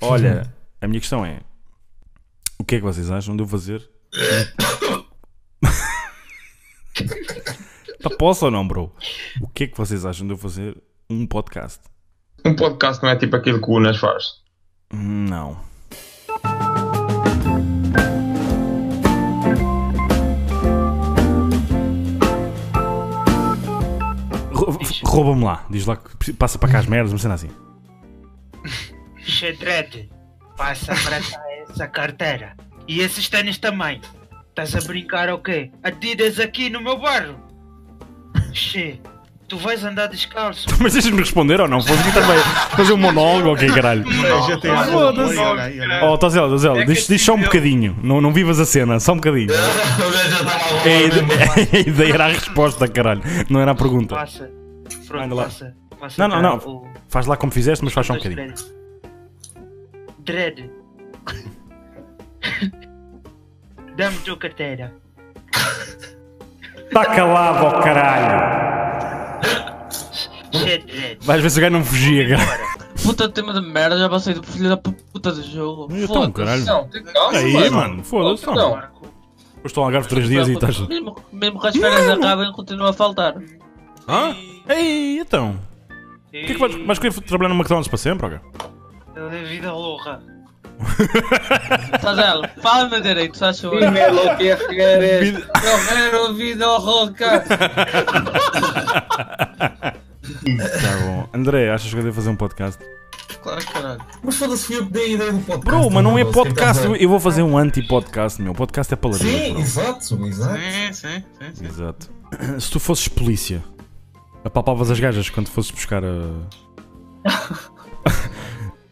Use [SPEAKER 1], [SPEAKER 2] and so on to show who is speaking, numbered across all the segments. [SPEAKER 1] Olha, a minha questão é: o que é que vocês acham de eu fazer? tá posso ou não, bro? O que é que vocês acham de eu fazer um podcast?
[SPEAKER 2] Um podcast não é tipo aquilo que o Unas faz.
[SPEAKER 1] Não. Rou-
[SPEAKER 3] Ixi.
[SPEAKER 1] Rouba-me lá, diz lá que preci- passa para cá as merdas, uma cena assim.
[SPEAKER 3] Xedrete, passa para cá essa carteira. E esses tênis também. Estás a brincar ou quê? Adidas aqui no meu bairro. Xê, tu vais andar descalço.
[SPEAKER 1] Mas deixas-me responder ou não? Vou aqui também fazer um monólogo ou que caralho?
[SPEAKER 4] É, Já tem algo.
[SPEAKER 1] Foda-se.
[SPEAKER 4] Olha, olha aí, olha aí.
[SPEAKER 1] Oh, Tozela, Tozela, diz, diz só um bocadinho, não, não vivas a cena, só um bocadinho. É, a ide- a ideia era a resposta, caralho, não era a pergunta.
[SPEAKER 3] Passa. Pronto,
[SPEAKER 1] Anda lá.
[SPEAKER 3] passa. passa
[SPEAKER 1] Não, não,
[SPEAKER 3] cá
[SPEAKER 1] não.
[SPEAKER 3] o-
[SPEAKER 1] Faz lá como fizeste, mas faz só um
[SPEAKER 3] os
[SPEAKER 1] bocadinho.
[SPEAKER 3] dreads. Dread. Dá-me tua carteira.
[SPEAKER 1] Está Tá calado, ó caralho!
[SPEAKER 3] Xê, dread.
[SPEAKER 1] Vais ver se o gajo não fugia, caralho.
[SPEAKER 5] Puta tema de merda, já passei do filho da puta do jogo.
[SPEAKER 1] Então,
[SPEAKER 5] Foda-se.
[SPEAKER 1] caralho.
[SPEAKER 2] Não, tem calma,
[SPEAKER 1] Aí, mano, foda-se.
[SPEAKER 2] Não.
[SPEAKER 1] não.
[SPEAKER 3] Marco.
[SPEAKER 1] Eu estou ao Algarve 3 dias e estás.
[SPEAKER 5] Mesmo, mesmo que as férias acabem, continua a faltar.
[SPEAKER 1] Hã? Ei, então. O que é que vais, vais querer trabalhar no McDonald's para sempre, ó cara?
[SPEAKER 3] Ele é vida louca.
[SPEAKER 5] Tazel, fala-me direito, se achas hoje.
[SPEAKER 2] Primeiro que é Figueiredo.
[SPEAKER 1] Vida-
[SPEAKER 5] Eu quero vida oh, rouca.
[SPEAKER 1] Tá bom. André, achas que eu devo fazer um podcast?
[SPEAKER 5] Claro que caralho.
[SPEAKER 4] Mas foda-se, fui eu que dei a ideia do podcast. tá
[SPEAKER 1] Bro, mas não é
[SPEAKER 4] se tem
[SPEAKER 1] podcast.
[SPEAKER 4] que
[SPEAKER 1] Eu,
[SPEAKER 4] fazer.
[SPEAKER 1] eu vou fazer um anti-podcast, meu. Podcast é palavrão.
[SPEAKER 4] Sim,
[SPEAKER 1] bro.
[SPEAKER 4] exato, exato.
[SPEAKER 6] Sim, sim, sim, sim.
[SPEAKER 1] Exato. Se tu fosses polícia, apalpavas as gajas quando fosses buscar a.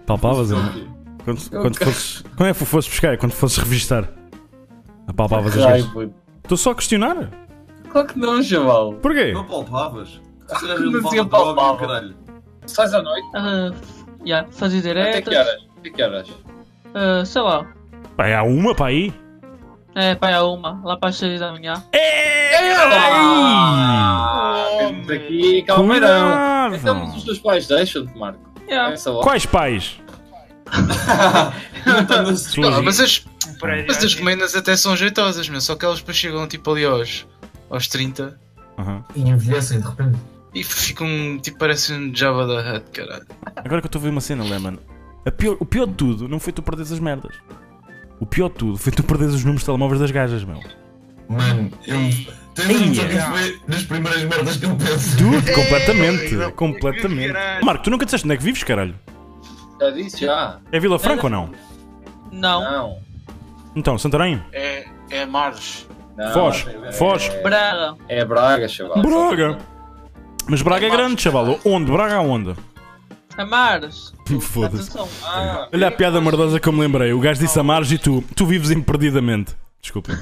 [SPEAKER 1] Palpavas? não? é? Quando, quando fosses. Quando é que fosses buscar? É Quando fosses revistar. Apalpavas as gajas. Estou só a questionar.
[SPEAKER 5] Claro que não, chaval.
[SPEAKER 1] Porquê?
[SPEAKER 7] Não
[SPEAKER 2] Ah,
[SPEAKER 7] palpavas? um
[SPEAKER 5] Não tinha palpava.
[SPEAKER 2] Sais à noite?
[SPEAKER 5] Ah, já, fazia
[SPEAKER 2] Até
[SPEAKER 5] direto.
[SPEAKER 2] que horas? Até que horas?
[SPEAKER 5] Ah, sei lá.
[SPEAKER 1] Pá, há uma para aí.
[SPEAKER 5] É, pá, é uma, lá para as seis da manhã.
[SPEAKER 2] Ah, temos
[SPEAKER 3] Homem.
[SPEAKER 2] aqui calmeirão. Então, mas os
[SPEAKER 1] Cuidado.
[SPEAKER 2] teus pais deixam-te, Marco.
[SPEAKER 5] Já.
[SPEAKER 2] Essa hora.
[SPEAKER 1] Quais pais?
[SPEAKER 6] Ah, mas as,
[SPEAKER 3] Para
[SPEAKER 6] mas as
[SPEAKER 3] já-
[SPEAKER 6] comendas até são jeitosas, meu. Só que elas depois chegam tipo ali aos, aos 30
[SPEAKER 1] Aham.
[SPEAKER 4] E envelhecem de repente.
[SPEAKER 6] e ficam tipo parece um Java da Hutt, caralho.
[SPEAKER 1] Agora que eu estou a ver uma cena, Lemon. a pior- o pior de tudo não foi tu perderes as merdas. O pior de tudo foi tu perderes os números de telemóveis das gajas, meu.
[SPEAKER 4] Mano, eu. Tenho
[SPEAKER 1] Ei,
[SPEAKER 4] certeza que
[SPEAKER 1] é.
[SPEAKER 4] foi das primeiras merdas que eu penso.
[SPEAKER 1] Dude, completamente. completamente. Marco, tu nunca disseste onde é que vives, caralho?
[SPEAKER 2] Já disse, Ah, já.
[SPEAKER 1] É Vila Franca ou não?
[SPEAKER 5] Não,
[SPEAKER 2] Não.
[SPEAKER 1] Então, Santarém?
[SPEAKER 8] É, é Mares.
[SPEAKER 2] não
[SPEAKER 1] Foz.
[SPEAKER 2] é-
[SPEAKER 1] Foz.
[SPEAKER 5] Braga.
[SPEAKER 2] É Braga, chaval.
[SPEAKER 1] Braga. Mas Braga é grande, chaval. Onde? Braga aonde?
[SPEAKER 5] Amares.
[SPEAKER 1] Foda-se.
[SPEAKER 5] É Atenção.
[SPEAKER 2] Ah,
[SPEAKER 1] Olha a piada merdosa que eu me lembrei. O gajo disse a Marge e tu, tu vives imperdidamente. Desculpa.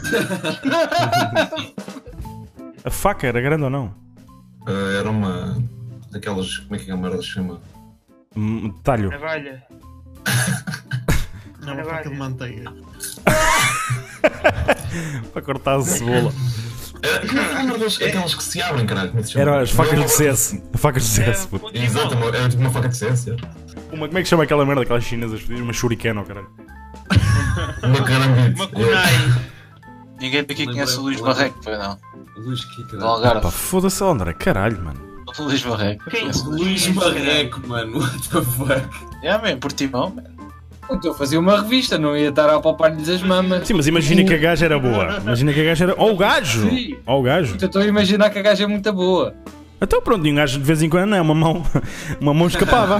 [SPEAKER 1] a faca era grande ou não?
[SPEAKER 4] Ah, era uma. Daquelas. Como é que a merda se chama?
[SPEAKER 1] Hum, Talho.
[SPEAKER 3] Trabalha.
[SPEAKER 7] Não, uma faca de manteiga.
[SPEAKER 1] Para cortar a cebola.
[SPEAKER 4] Era- como é que eram merdas- Aquelas que se abrem, caralho. Como é que se chama?
[SPEAKER 1] Eram as facas de CS. Facas de
[SPEAKER 3] É,
[SPEAKER 1] CS, puto.
[SPEAKER 4] Exato, uma- era tipo uma faca de ciência.
[SPEAKER 1] Uma, como é que chama aquela merda? Aquelas chinesas fodidas? Uma shuriken, oh, caralho.
[SPEAKER 4] Uma carambite. Ah, Uma
[SPEAKER 8] Ninguém aqui conhece o Luís
[SPEAKER 2] Lembrei-
[SPEAKER 8] Barreco, foi não.
[SPEAKER 4] É.
[SPEAKER 2] Luís Kika.
[SPEAKER 8] Do Algarve.
[SPEAKER 1] Pá, foda-se, André. Caralho, mano.
[SPEAKER 8] O Luís Barreco.
[SPEAKER 6] É,
[SPEAKER 3] Quem? é
[SPEAKER 8] Conhece o Luís-
[SPEAKER 7] Luís Barreco, mano. What the fuck?
[SPEAKER 8] É, man, por timão, man.
[SPEAKER 2] Puto, eu fazia uma revista, não ia estar a palpar-lhes as mamas.
[SPEAKER 1] Sim, mas imagina que a gaja era boa. Imagina que a gaja era. Ou o gajo!
[SPEAKER 2] Sim.
[SPEAKER 1] Ou o gajo.
[SPEAKER 2] Puto, eu estou a imaginar que a gaja é muito boa.
[SPEAKER 1] Então pronto, e um gajo de vez em quando, não é? Uma mão, uma mão escapava.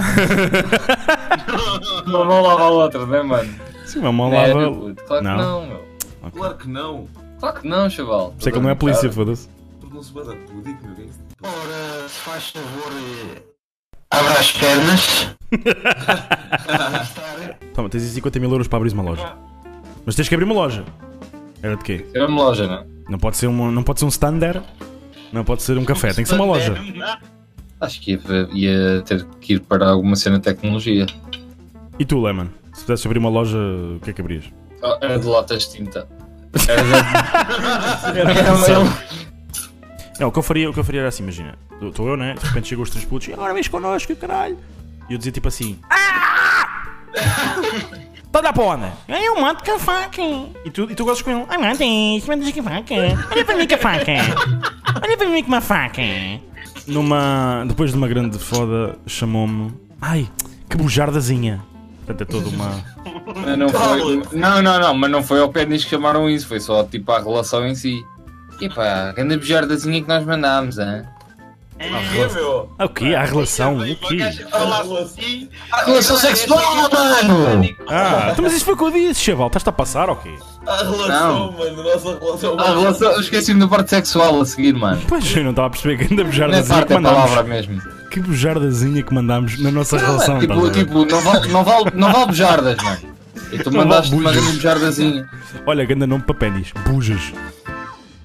[SPEAKER 2] Uma mão lava a outra, não é, mano?
[SPEAKER 1] Sim, uma mão
[SPEAKER 2] Sério,
[SPEAKER 1] lava.
[SPEAKER 2] puto. Claro
[SPEAKER 1] Não.
[SPEAKER 2] que não, meu.
[SPEAKER 7] Claro que não.
[SPEAKER 2] Claro que não, chaval.
[SPEAKER 1] Sei que ele não é polícia, foda-se.
[SPEAKER 7] Tornou-se bada pudic, meu bem.
[SPEAKER 9] Ora, se faz favor, eh, abra as pernas.
[SPEAKER 1] Toma, tens aí 50 mil euros para abrir uma loja. Mas tens que abrir uma loja. Era de quê?
[SPEAKER 2] É uma loja, não?
[SPEAKER 1] Não pode ser, uma, não pode ser um standard. Não pode ser um café. Tem que ser uma loja.
[SPEAKER 2] Acho que ia, ia ter que ir para alguma cena de tecnologia.
[SPEAKER 1] E tu, Lemon? Se pudesses abrir uma loja, o que é que abrias?
[SPEAKER 2] Ah, Era de latas de tinta. Era de... Era uma-
[SPEAKER 1] Não, o que eu faria, o que eu faria era assim, imagina. Estou eu, né? De repente chegam os três putos e agora vens connosco, caralho. E eu dizia tipo assim. "Ah!" Tá a olhar para onde? Ai, eu mato com a faca. E tu, e tu gostas com ele? Ai, mata isso, matas com a faca. Olha para mim com a faca. Olha para mim com uma faca. Numa. Depois de uma grande foda, chamou-me. Ai, que bujardazinha. Portanto, é toda uma.
[SPEAKER 2] Não, não, foi, não, não, não, mas não foi ao pé disso que chamaram isso, foi só tipo a relação em si. E pá, grande bejardazinha que nós mandámos, hein?
[SPEAKER 7] É, meu!
[SPEAKER 1] Ah, o quê? Há relação? O quê?
[SPEAKER 8] A
[SPEAKER 2] Ah,
[SPEAKER 8] relação sexual, mano!
[SPEAKER 1] Ah, então, mas isso foi o que eu disse, chaval. Estás-te a passar ou quê?
[SPEAKER 7] A relação, mano, nossa relação.
[SPEAKER 2] A Ah, relação, eu esqueci-me da parte sexual a seguir, mano.
[SPEAKER 1] Pois, eu não estava a perceber que ainda
[SPEAKER 2] Na
[SPEAKER 1] bujardazinha
[SPEAKER 2] é parte
[SPEAKER 1] que
[SPEAKER 2] da palavra
[SPEAKER 1] mandámos.
[SPEAKER 2] mesmo.
[SPEAKER 1] Que bujardazinha que mandámos na nossa relação. estás a
[SPEAKER 2] Tipo,
[SPEAKER 1] ver?
[SPEAKER 2] tipo não, vale, não, vale, não vale bejardas, mano. E tu mandaste
[SPEAKER 1] bujas.
[SPEAKER 2] uma grande bejardazinha.
[SPEAKER 1] Olha, grande nome para pênis. Bujas.